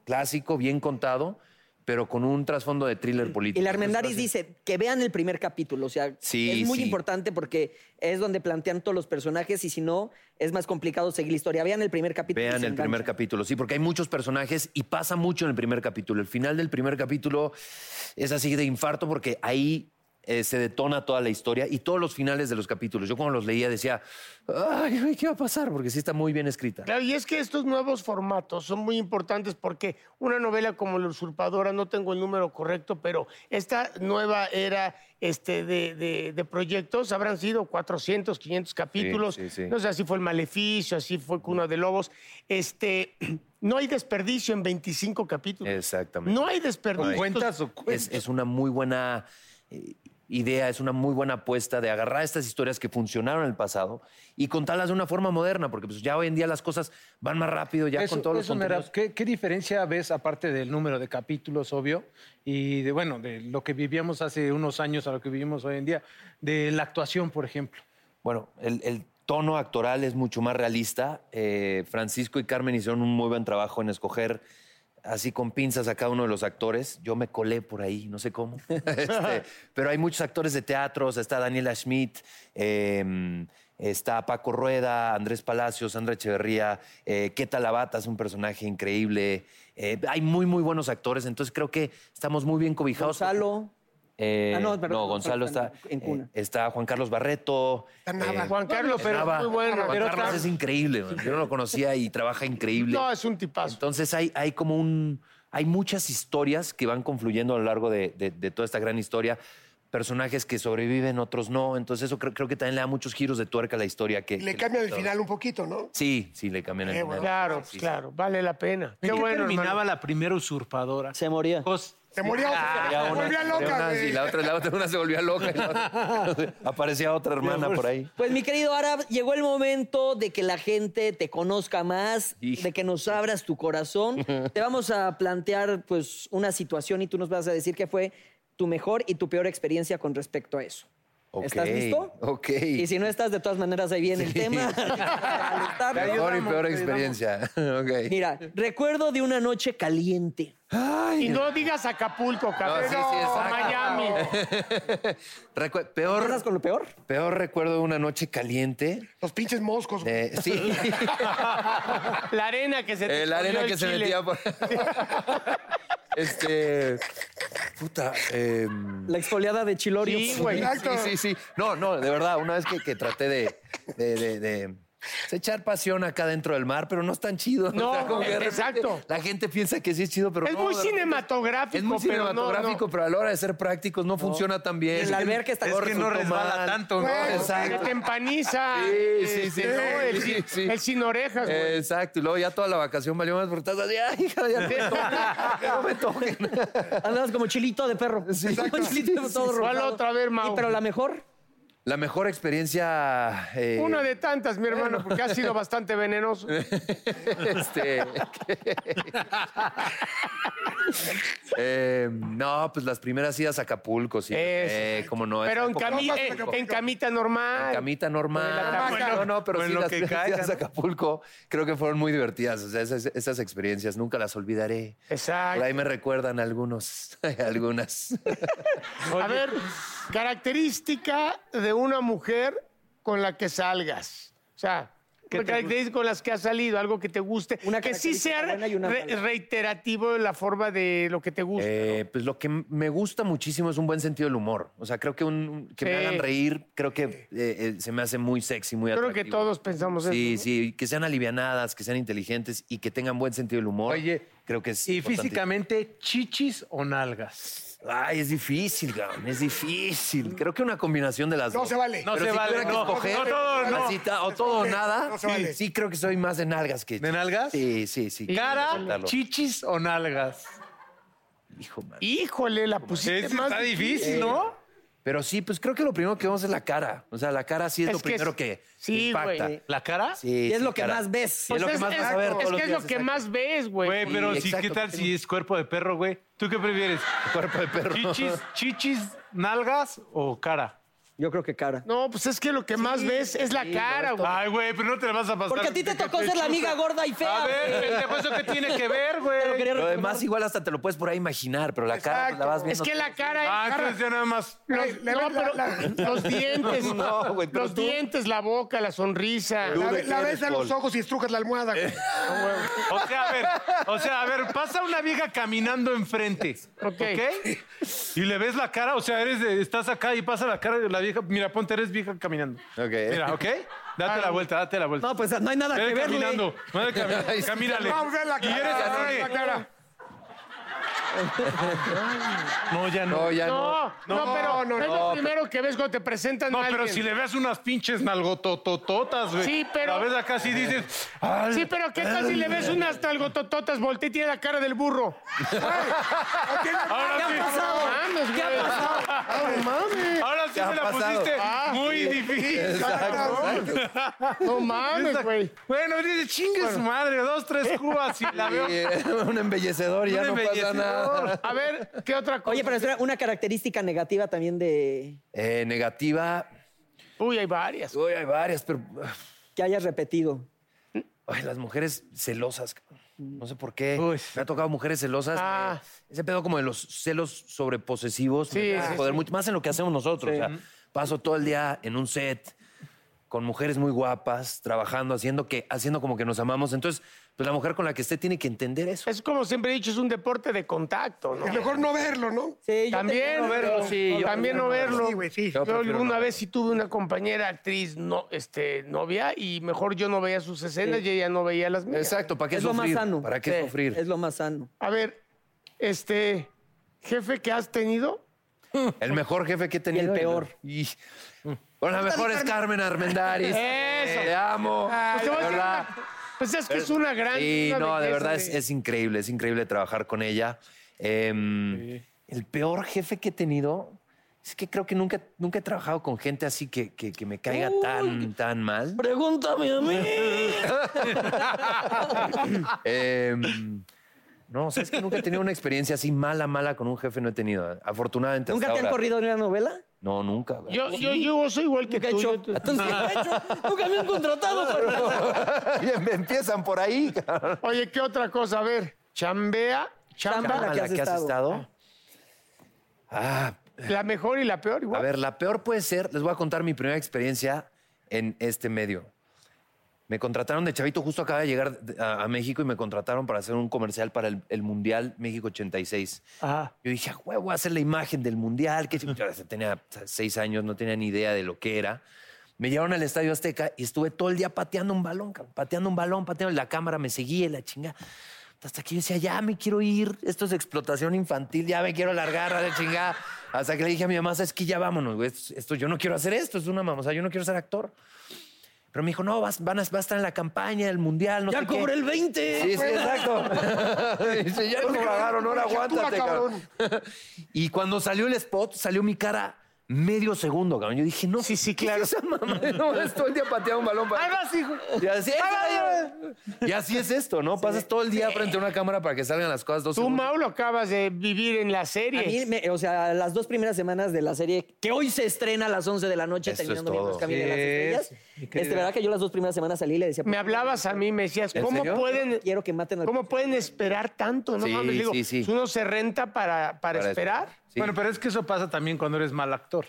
clásico, bien contado, pero con un trasfondo de thriller político.
Y la Armendaris dice que vean el primer capítulo. O sea,
Sí,
es muy
sí.
importante porque es donde plantean todos los personajes y si no, es más complicado seguir la historia. Vean el primer capítulo. y
Vean
se
el primer
enganchan.
capítulo, sí, porque hay muchos personajes y pasa mucho en el primer capítulo. El final del primer capítulo es así de infarto porque ahí eh, se detona toda la historia y todos los finales de los capítulos. Yo cuando los leía decía, ay, güey, ¿qué va a pasar? Porque sí está muy bien escrita.
Claro, y es que estos nuevos formatos son muy importantes porque una novela como La Usurpadora, no tengo el número correcto, pero esta nueva era este, de, de- de proyectos habrán sido 400, 500 capítulos.
sí, sí.
No sé, así fue El Maleficio, así fue Cuna de Lobos. Este, no hay desperdicio en 25 capítulos.
Exactamente.
No hay desperdicio.
¿Cuentas o cuentas?
es, es una muy buena eh, idea, es una muy buena apuesta de agarrar estas historias que funcionaron en el pasado y contarlas de una forma moderna, porque pues ya hoy en día las cosas van más rápido, ya
Eso-
con todos los
eso me era-
contenidos.
¿qué, qué diferencia ves, aparte del número de capítulos, obvio, y de, bueno, de lo que vivíamos hace unos años a lo que vivimos hoy en día, de la actuación, por ejemplo?
Bueno, el, el tono actoral es mucho más realista. Eh, Francisco y Carmen hicieron un muy buen trabajo en escoger así con pinzas a cada uno de los actores. Yo me colé por ahí, no sé cómo. Este, pero hay muchos actores de teatro, o sea, está Daniela Schmidt, eh, Está Paco Rueda, Andrés Palacios, Sandra Echeverría, eh, Keta Lavata es un personaje increíble. Eh, hay muy, muy buenos actores, entonces creo que estamos muy bien cobijados. Gonzalo.
Ah, no,
Eh, no,
perdón,
Gonzalo está.
en cuna.
eh, está Juan Carlos Barreto.
Nava. Juan Carlos, pero
Nava.
muy bueno.
Juan
Pero
Carlos
está-
es increíble, man. yo no lo conocía y trabaja increíble.
No, es un tipazo.
Entonces hay, hay como un. Hay muchas historias que van confluyendo a lo largo de, de- de toda esta gran historia. Personajes que sobreviven, otros no. Entonces, eso creo, creo que también le da muchos giros de tuerca a la historia. Que,
Le
que-
cambian el final un poquito, ¿no?
Sí, sí, le cambian el
Eh,
Qué
final.
bueno.
Claro,
Sí, sí.
claro, vale la pena. Qué
¿En qué
bueno.
terminaba
hermano.
la primera usurpadora? Se moría.
Se moría otra, se volvía
se
loca,
Ah, una,
güey.
sí, la otra, la otra una se volvía loca. y la otra- aparecía otra hermana por ahí.
Pues mi querido Arab, llegó el momento de que la gente te conozca más, de que nos abras tu corazón. Te vamos a plantear pues una situación y tú nos vas a decir qué fue tu mejor y tu peor experiencia con respecto a eso.
Ok,
¿Estás listo?
Ok.
Y si no estás, de todas maneras ahí viene el tema. Te
Mejor y
ayudamos,
peor
te
experiencia. Ok.
Mira, recuerdo de una noche caliente.
Y no digas Acapulco, cabrón.
sí, sí,
No,
exacto.
Miami.
Recu- peor,
¿Estás con lo peor?
peor recuerdo de una noche caliente.
Los pinches moscos. güey.
Eh, sí.
La arena que se te
Eh, la arena
escondió
que
el
se
chile.
metía por. este. Puta. em,
La exfoliada de Chilorio.
Sí, güey.
Sí, sí, sí. No, no, de verdad, una vez que, que traté de. de, de, de- de echar pasión acá dentro del mar, pero no es tan chido.
No,
como que de repente
exacto.
La gente piensa que sí es chido, pero
Es
no,
muy
de repente-
cinematográfico.
Es muy
pero no,
cinematográfico,
no.
pero a la hora de ser prácticos no, funciona tan bien.
El alberca está
Es que no resbala tanto, ¿no?
Bueno,
Que
Exacto.
te empaniza.
Sí, sí,
este,
sí,
¿no? El,
sí,
sin-
sí.
el sin orejas, güey.
Exacto, y luego ya toda la vacación valió más porque estás así, ay, hija, ya te toquen, no me toquen.
Andabas como chilito de perro. Como chilito todo
¿Cuál
rosado.
otra? A ver, Mau.
Y, pero la mejor.
La mejor experiencia. eh,
Una de tantas, mi hermano, porque ha sido bastante venenoso.
Este. Eh, no, pues las primeras idas a Acapulco, sí.
Es-
Eh, cómo no.
Pero en,
esa época-
cami- en- en camita normal.
Camita normal.
hamaca.
no, no, pero
Con
sí,
lo
las
que
primeras
caiga,
idas a
¿no?
Acapulco creo que fueron muy divertidas. O sea, esas, esas experiencias nunca las olvidaré. Por ahí
Exacto.
me recuerdan algunos, algunas.
A ver, característica de una mujer con la que salgas. O sea, características con las que has salido, algo que te guste.
Una
que sí
característica
sea
buena y una
re-
mala.
reiterativo en la forma de lo que te gusta.
Eh, pues lo que m- me gusta muchísimo es un buen sentido del humor. O sea, creo que un- un- que me
Sí.
hagan reír, creo que eh, eh, se me hace muy sexy, muy
Creo
atractivo.
que todos pensamos
Sí,
eso.
sí, que sean alivianadas, que sean inteligentes y que tengan buen sentido del humor.
Oye,
creo que es
¿Y
importante.
físicamente, chichis o nalgas?
Ay, es difícil, cabrón, es difícil. Creo que una combinación de las
Mm. No
dos.
se vale.
No
Pero
se
si
vale,
tuviera que
no.
escoger,
No todo, no.
así ta- o todo o nada.
No se vale.
Sí, creo que soy más de nalgas que
¿De nalgas?
Sí, sí, sí.
¿Cara,
Aceptarlo.
chichis o nalgas?
Hijo, man.
Híjole, la pusiste
Ese
más
está
difícil.
difícil, ¿no?
Pero sí, pues creo que lo primero que vemos es la cara. O sea, la cara sí es,
Es
lo
que
primero
es-
que
sí,
impacta.
güey.
¿La cara?
Sí,
Y es
sí,
lo que
cara.
más ves.
Sí, es lo que
Pues
más vas a ver
es
todos los
que es lo
días,
que
exacto.
más ves,
Güey,
güey.
pero
Sí,
si, ¿qué
exacto,
tal
que
si es cuerpo de perro, güey? ¿Tú qué prefieres?
Cuerpo de perro.
¿Chichis, chichis, nalgas o cara?
Yo creo que cara.
No, pues es que lo que más ves es la cara, güey.
Ay, güey, pero no te la vas a pasar.
Porque a ti te tocó ser la amiga gorda y fea.
A ver,
güey.
pendejo, ¿eso qué tiene que ver,
Pero
güey?
quería
Lo
recordar.
demás igual hasta te lo puedes por ahí imaginar, pero la cara pues, la vas
Es
viendo.
que la cara es-
Ah, entonces ya nada más.
Los,
Ay, le
no,
ves la-
pero
la-
los dientes,
No, güey, pero
los
tú-
dientes, la boca, la sonrisa.
La,
¿Tú de
ve-
qué
la
eres,
ves a los
Paul?
ojos y estrujas la almohada.
Eh.
güey.
O sea, a ver, o sea, a ver, pasa una vieja caminando enfrente,
Ok.
¿ok? Y le ves la cara, o sea, eres de- estás acá y pasa la cara de la vieja, mira, ponte, eres vieja caminando.
Ok.
Mira, ¿ok? Date la vuelta, date la vuelta.
No, pues no hay nada que
Ve
verle.
caminando, ve caminando, camínale.
Vamos a ver la
Y eres
cara.
así de-
la cara.
No, ya no.
No, ya no.
No, no, pero
no,
es
no,
lo primero que ves cuando te presentan
No,
a
pero
alguien.
si le ves unas pinches nalgototototas, güey.
Sí, pero-
La ves acá sí dices.
Sí, pero ¿qué tal si le ves unas talgotototas? Voltea y tiene la cara del burro.
Ahora sí,
No mames,
¿Qué ha
güey.
pasado?
Ah,
ahora sí
¿Qué ha
me la
pasado?
pusiste
Ah,
muy difícil.
No mames, güey.
Bueno, dice, chingue su madre, dos, tres cubas y la veo.
Y, Eh, un embellecedor, ya
Un
no pasa
embellecedor.
nada.
A ver, ¿qué otra cosa?
Oye, pero espera, una característica negativa también de
Eh, negativa.
Uy, hay varias.
Uy, hay varias, pero.
que hayas repetido.
Ay, las mujeres celosas. cabrón. No sé por qué.
Uy.
Me ha tocado mujeres celosas.
Ah.
Eh, Ese pedo como de los celos sobreposesivos. me
Sí,
hace
sí,
joder mucho, Más en lo que hacemos nosotros. o sea, paso todo el día en un set. con mujeres muy guapas, trabajando, haciendo, que, haciendo como que nos amamos. Entonces, pues la mujer con la que esté tiene que entender eso.
Es como siempre he dicho, es un deporte de contacto, ¿no?
Es mejor
no verlo, ¿no?
Sí,
yo
también.
prefiero no verlo, sí, yo
También
prefiero
no
no verlo.
verlo.
Sí, güey, sí.
Yo,
Yo prefiero
alguna
no
vez sí tuve una compañera actriz no, este, novia y mejor yo no veía sus escenas
Sí.
y ella no veía las mías.
Exacto, ¿para qué Es lo más sufrir? sano. ¿Para qué Sí, sufrir? es lo más sano.
A ver, este, jefe que has tenido.
El mejor jefe que he tenido.
El peor. Mm.
Y- Bueno, la mejor es Carmen Armendaris.
Eso.
Te amo.
Ay,
De
te voy a decir
verdad.
una- pues es que es una gran.
Sí,
una
no, de
belleza
verdad es, es increíble, es increíble trabajar con ella. Em, El peor jefe que he tenido es que creo que nunca, nunca he trabajado con gente así que, que- que me caiga tan, tan mal.
Pregúntame a mí.
Em, no, sabes que nunca he tenido una experiencia así mala, mala con un jefe, no he tenido. Afortunadamente.
¿Nunca
hasta
te han
ahora.
corrido en una novela?
No, nunca. güey.
Yo, yo, yo soy igual que tú. yo-
Nunca me han contratado, pues.
Bien, empiezan por ahí. cabrón.
Oye, ¿qué otra cosa? A ver, chambea, chamba.
Chamba, la que has estado. Ah,
La mejor y la peor igual.
A ver, la peor puede ser, les voy a contar mi primera experiencia en este medio. Me contrataron de chavito, justo acaba de llegar de- a, a México y me contrataron para hacer un comercial para el, el Mundial México 86. Yo dije, "A huevo, voy a hacer la imagen del Mundial. Que yo tenía seis años, no tenía ni idea de lo que era. Me llevaron al Estadio Azteca y estuve todo el día pateando un balón, cabrón, pateando un balón, pateando. La cámara me seguía y la chinga. Hasta que yo decía, ya me quiero ir, esto es explotación infantil, ya me quiero largar a la chingada. Hasta que le dije a mi mamá, es que ya vámonos, güey, esto, esto- yo no quiero hacer esto, es una mamá, o sea, yo no quiero ser actor. Pero me dijo, no, vas, van a, vas a estar en la campaña, el mundial, no
Ya
sé qué".
cobré el 20.
Sí, sí, exacto. Dice, ya no pagaron, ahora aguántate, cabrón. Y cuando salió el spot, salió mi cara medio segundo, cabrón. Yo dije, no. Sí, sí, claro. esa mamá? No, es todo el día pateando un balón. para- Y así, y así es esto, ¿no? Pasas todo el día frente a una cámara para que salgan las cosas dos
Tú, Mau, lo acabas de vivir en la serie.
A mí, me- o sea, las dos primeras semanas de la serie, que hoy se estrena a las 11 de la noche,
Eso
terminando
es todo.
viendo los caminos de las
Sí,
estrellas.
mi querida.
Este, verdad que yo las dos primeras semanas salí y le decía...
Me hablabas a mí, me decías,
¿En
¿cómo
serio?
pueden,
Quiero que maten al...
¿cómo pueden esperar tanto? No
Sí,
mames, digo,
sí, sí.
si uno se renta para, para,
Para
esperar.
Bueno, pero es que eso pasa también cuando eres mal actor.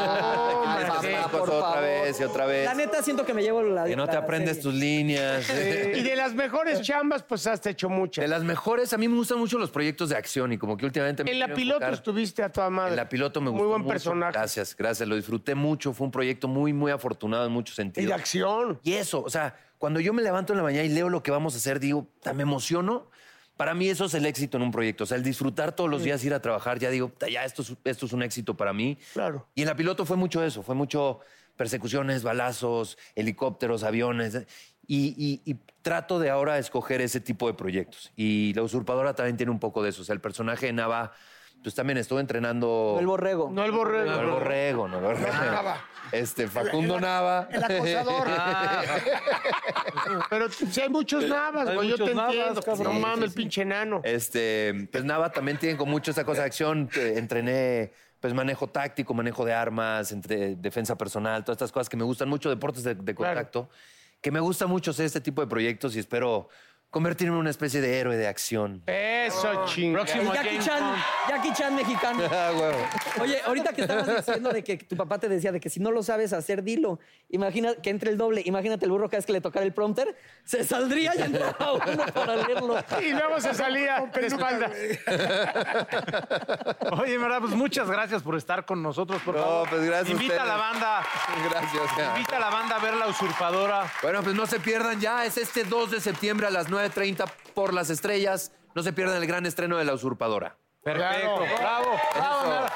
Ah,
Sí,
papá,
pues,
por
otra
favor.
vez
y otra vez.
La neta siento que me llevo la...
Que no te
la
aprendes
serie.
tus líneas.
Eh, y de las mejores chambas, pues has hecho muchas.
De las mejores, a mí me gustan mucho los proyectos de acción y como que últimamente me
En la
quiero
piloto
enfocar-
estuviste a toda madre.
En la piloto me
Muy
gustó
buen
mucho.
personaje.
Gracias, gracias. Lo disfruté mucho. Fue un proyecto muy, muy afortunado en muchos sentidos.
Y de acción.
Y eso, o sea, cuando yo me levanto en la mañana y leo lo que vamos a hacer, digo, "Ta, me emociono. Para mí eso es el éxito en un proyecto. O sea, el disfrutar todos los días, ir a trabajar, ya digo, "Ta, ya esto es, esto es un éxito para mí.
Claro.
Y en la piloto fue mucho eso, fue mucho persecuciones, balazos, helicópteros, aviones. eh, Y, y- y trato de ahora escoger ese tipo de proyectos. Y La Usurpadora también tiene un poco de eso. O sea, el personaje de Nava, pues también estuvo entrenando...
No el borrego.
No el borrego.
No el borrego, no el borrego. Este, Facundo
el-
Nava.
el acosador. Pero si hay muchos navas,
Hay
güey, yo
muchos
te
navas,
entiendo.
cabrón.
No
Sí,
mames,
sí,
el pinche enano.
Este, pues Nava también tiene con mucho esa cosa de acción. Eh, Entrené, pues manejo táctico, manejo de armas, entre defensa personal, todas estas cosas que me gustan mucho, deportes de, de contacto, que me gusta mucho hacer este tipo de proyectos y espero convertirme en una especie de héroe de acción.
Eso, chingón.
El Jackie Chan, Jackie Chan mexicano. Oye, ahorita que estabas diciendo de que tu papá te decía de que si no lo sabes hacer, dilo. Imagina que entre el doble. Imagínate el burro cada vez que le tocara el prompter, se saldría y entraba uno para leerlo.
Y luego se salía de espaldas.
Oye, en verdad, pues muchas gracias por estar con nosotros, por favor.
pues, gracias a
Invita a, la
ustedes.
banda.
Gracias.
Invita a la banda a ver La Usurpadora.
Bueno, pues no se pierdan ya, es este 2 de septiembre a las 9.30 por las estrellas. No se pierdan el gran estreno de La Usurpadora.
Perfecto.
Claro.
Bravo. bravo,
Eso.
Nava.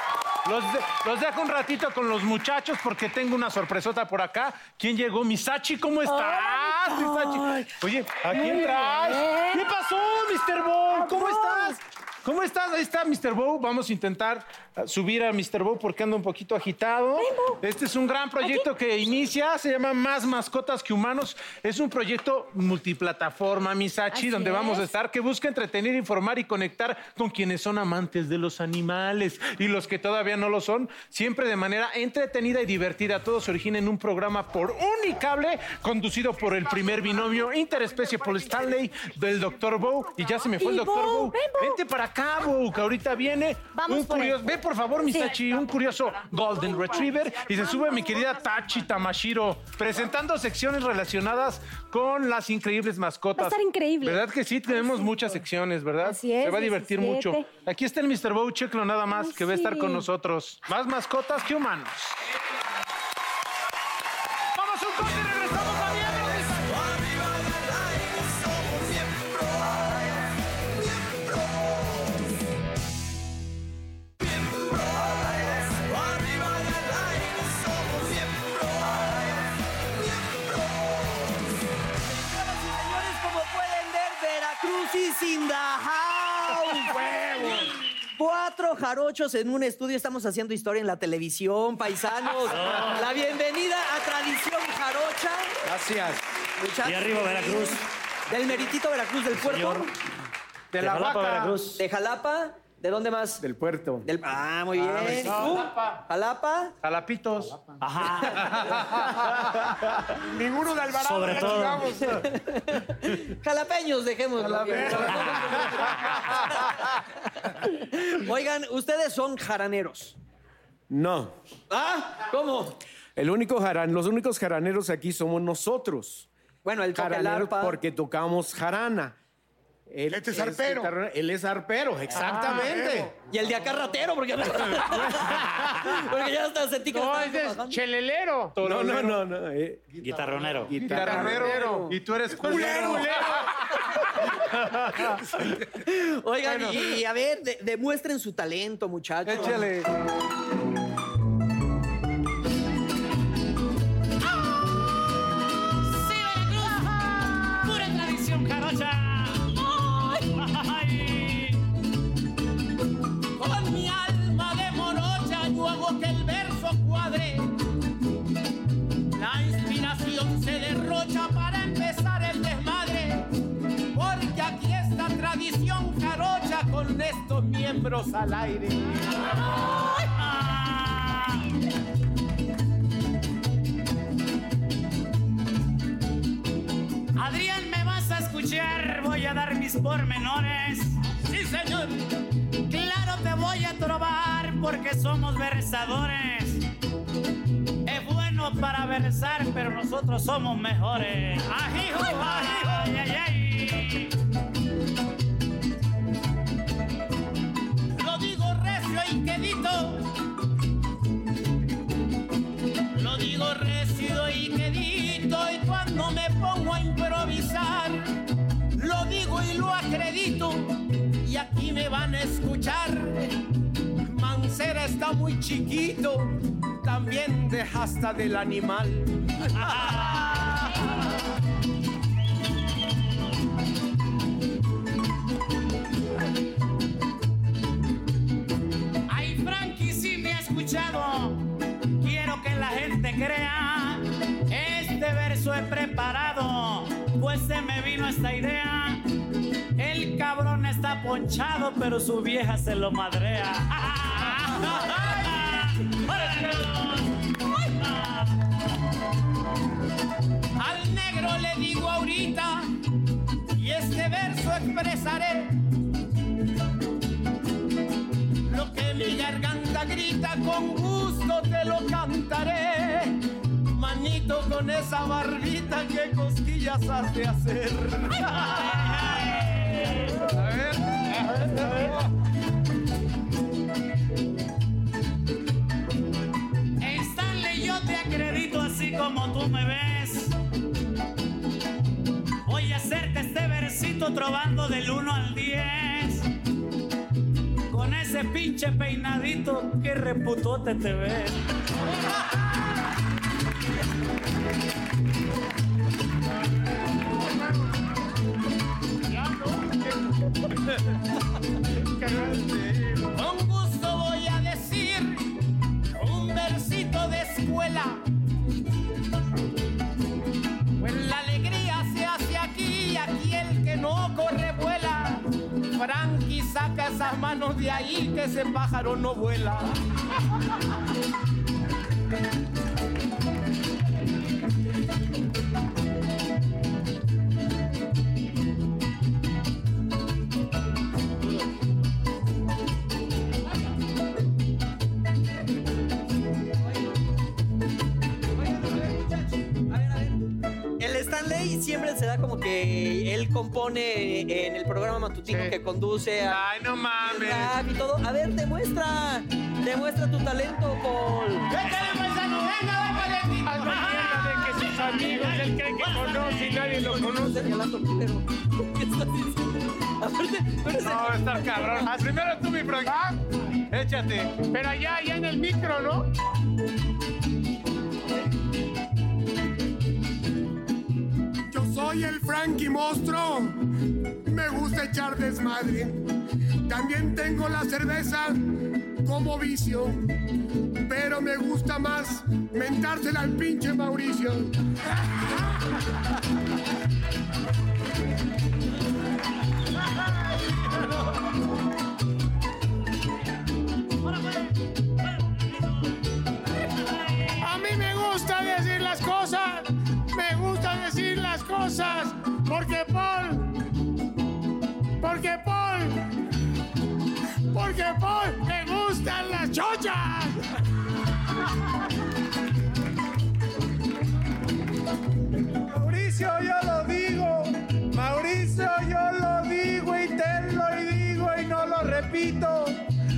Los, de- los dejo un ratito con los muchachos porque tengo una sorpresota por acá. ¿Quién llegó? Misachi, ¿cómo estás? Misachi. Oye, ¿a quién
Muy
traes?
bien.
¿Qué pasó, Mr. Bow? ¿Cómo estás? ¿Cómo estás? Ahí está Mr. Bow. Vamos a intentar eh, subir a Mr. Bow porque anda un poquito agitado. Este es un gran proyecto que inicia, se llama Más Mascotas que Humanos. Es un proyecto multiplataforma, Misachi,
Así
donde vamos a
es.
estar que busca entretener, informar y conectar con quienes son amantes de los animales y los que todavía no lo son, siempre de manera entretenida y divertida. Todo se origina en un programa por Unicable, conducido por el primer binomio interespecie Paul Stanley del Dr. Bow. Y ya se me fue el
Y
Dr. Bow.
Bo, ven, Bo.
Vente para cabo, que ahorita viene.
Vamos
un
por él.
curioso, Ve, por favor, mi
Sí.
Tachi, un curioso Golden Retriever. Y se sube mi querida Tachi Tamashiro, presentando secciones relacionadas con las increíbles mascotas.
Va a estar increíble.
¿Verdad que sí? Tenemos muchas secciones, ¿verdad?
Así es,
Se va a divertir
17.
mucho. Aquí está el Mr. Bow, chécalo nada más, que va a estar con
sí.
nosotros. Más mascotas que humanos.
Vamos a un corte y regresamos a miembros. Arriba y al aire somos miembros. Miembros. Miembros. Arriba y al aire somos miembros.
Señores, como pueden ver, Veracruz is in the house.
¡Huevos!
Cuatro jarochos en un estudio. Estamos haciendo historia en la televisión, paisanos. La bienvenida a Tradición Jarocha.
Gracias.
Muchachos.
Y arriba, Veracruz.
Del meritito Veracruz, del puerto.
De la Jalapa, vaca. Veracruz.
De Jalapa. ¿De dónde más? Del puerto. Ah, muy bien.
Ah,
¿Y tú?
no.
Jalapa. Jalapa.
Jalapitos.
Ninguno de Alvarado.
Sobre todo. digamos.
Jalapeños, dejemos. Oigan, ustedes son jaraneros.
No.
¿Ah? ¿Cómo?
El único jaran, los únicos jaraneros aquí somos nosotros.
Bueno, el toca el
Jaraneros
arpa.
porque tocamos jarana. Él
Este es arpero.
guitarra- Él es arpero, exactamente.
Y el de acá ratero, porque, porque ya hasta sentí que
No,
estaba
ese es
trabajando.
chelelero.
No, no, no, no. eh,
Guitarronero.
Guitarronero. Y tú eres
Culero.
Oigan,
Bueno.
y, y a ver, de- demuestren su talento, muchachos.
Échale.
¡Sí, Veracruz! ¡Pura tradición jarocha! ¡Ay! Con mi alma de morocha yo hago que el verso cuadre. La inspiración se derrocha para empezar el desmadre. Porque aquí está tradición jarocha con estos miembros al aire.
Ah. Adrián, me vas a escuchar, voy a dar mis pormenores. Sí, señor. Claro, te voy a trobar porque somos versadores. Es bueno para versar, pero nosotros somos mejores. Ajijo, ajijo, ay, ay, ay.
Lo digo recio y quedito. Lo digo recio y quedito. Y cuando me pongo a improvisar, lo digo y lo acredito. Y aquí me van a escuchar. Mancera está muy chiquito. También deja hasta del animal.
Ay, Frankie, sí me ha escuchado. Quiero que la gente crea. Este verso he preparado, pues se me vino esta idea. El cabrón está ponchado, pero su vieja se lo madrea.
Al negro le digo ahorita y este verso expresaré lo que mi garganta grita con gusto te lo cantaré. Manito con esa barbita que cosquillas has de hacer. A ver, a ver, a ver.
Stanley, yo te acredito así como tú me ves. Voy a hacerte este versito trovando del 1 al 10. Con ese pinche peinadito, qué reputote te ves.
Con gusto voy a decir un versito de escuela. Pues la alegría se hace aquí, aquí el que no corre vuela. Frankie saca esas manos de ahí que ese pájaro no vuela.
Stanley siempre se da como que él compone en el programa matutino que conduce a.
¡Ay, no mames!
Rap y todo. A ver, demuestra. Demuestra tu talento, Paul.
de que sus amigos, él cree que conoce y nadie lo conoce.
No, está cabrón. Primero tú, mi Frank. Échate.
Ah. Pero allá, allá en el micro, ¿no?
Yo soy el Frankie Monstruo. Me gusta echar desmadre. También tengo la cerveza como vicio. Pero me gusta más mentársela al pinche Mauricio.
A mí me gusta decir las cosas. Me gusta decir las cosas. Porque Paul. Porque Paul. Porque Paul me gustan las chochas.
Mauricio, yo lo digo. Mauricio, yo lo digo y te lo digo y no lo repito.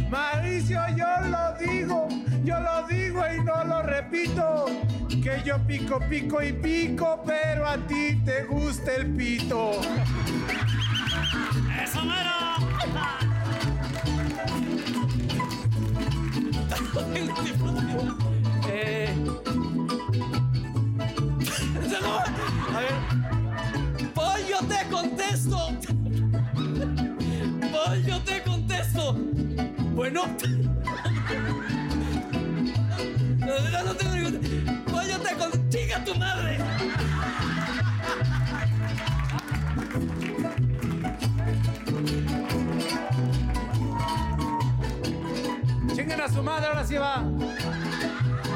Mauricio, yo lo digo. Yo lo digo y no lo repito. Que yo pico, pico y pico, pero a ti te gusta el pito.
¡Eso mero!
Eh. A ver. Paul, yo te contesto. Paul, yo te contesto. Bueno. No, no, no tengo ningún- Paul, yo te contesto. ¡Chica tu madre!
Chinguen a su madre, ahora sí va.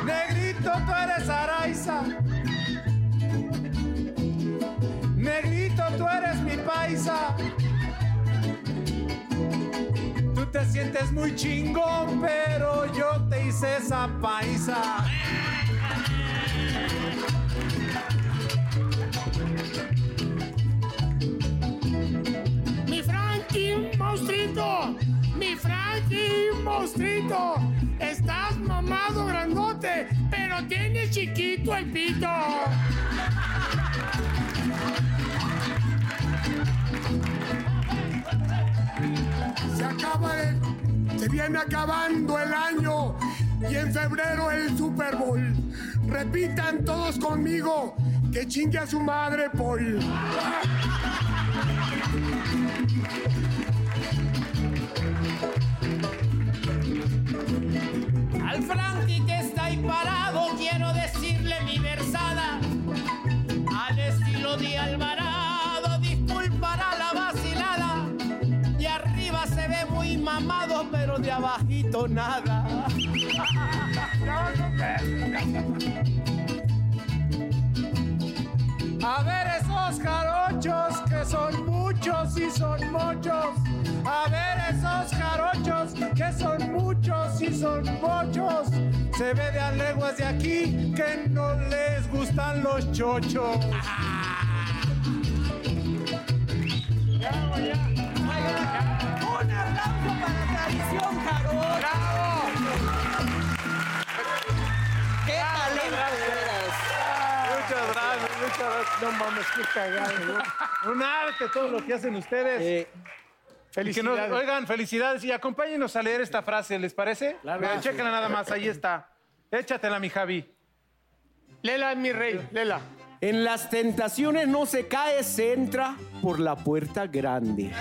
Negrito, tú eres Araiza. Negrito, tú eres mi paisa. Tú te sientes muy chingón, pero yo te hice esa paisa.
Mi Frankie Monstrito, mi Frankie Monstrito, estás mamado grandote, pero tienes chiquito el pito.
Se acaba el- se viene acabando el año y en febrero el Super Bowl. Repitan todos conmigo que chingue a su madre, Paul.
Al Frankie que está ahí parado quiero decirle mi versada. Al estilo de Alvarado disculpará la vacilada. De arriba se ve muy mamado pero de abajito nada.
A ver esos jarochos que son muchos y son muchos. A ver esos jarochos que son muchos y son muchos. Se ve de a leguas de aquí que no les gustan los chochos.
Un aplauso para Tradición Jarocha.
¡Qué talento, de veras!
Muchas gracias, muchas gracias. No mames, qué cagado. güey. Un arte todo lo que hacen ustedes. Eh, Y que nos-
felicidades.
oigan, felicidades y acompáñenos a leer esta frase, ¿les parece?
Claro.
Vean, chéquenla nada más, ahí está. Échatela, mi Javi.
Lela, mi rey, Lela.
En las tentaciones no se cae, se entra por la puerta grande.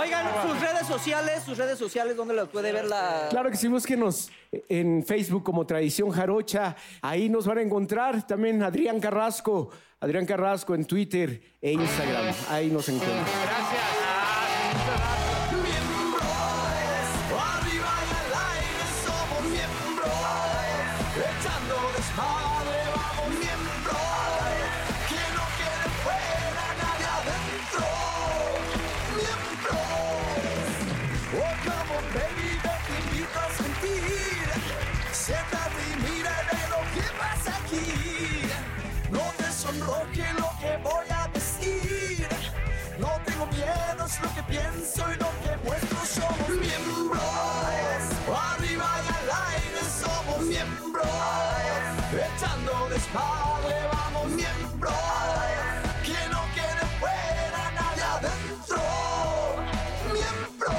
Oigan, sus redes sociales, sus redes sociales, ¿dónde las puede ver la.?
Claro que sí, búsquenos en Facebook como Tradición Jarocha. Ahí nos van a encontrar también Adrián Carrasco. Adrián Carrasco en Twitter e Instagram. Ahí nos encuentran.
Arriba y al aire somos miembros, echando desmadre vamos miembros, que no quede fuera nadie adentro, miembros. Oh, como baby, yo te invito a sentir, siéntate y mira de lo que pasa aquí, no te sonríes. roque lo que voy a decir. No tengo miedo, es lo que pienso y lo que muestro. Somos miembros. Arriba y al aire somos miembros. Echando desmadre vamos miembros. Que no quede fuera nadie adentro. Miembros.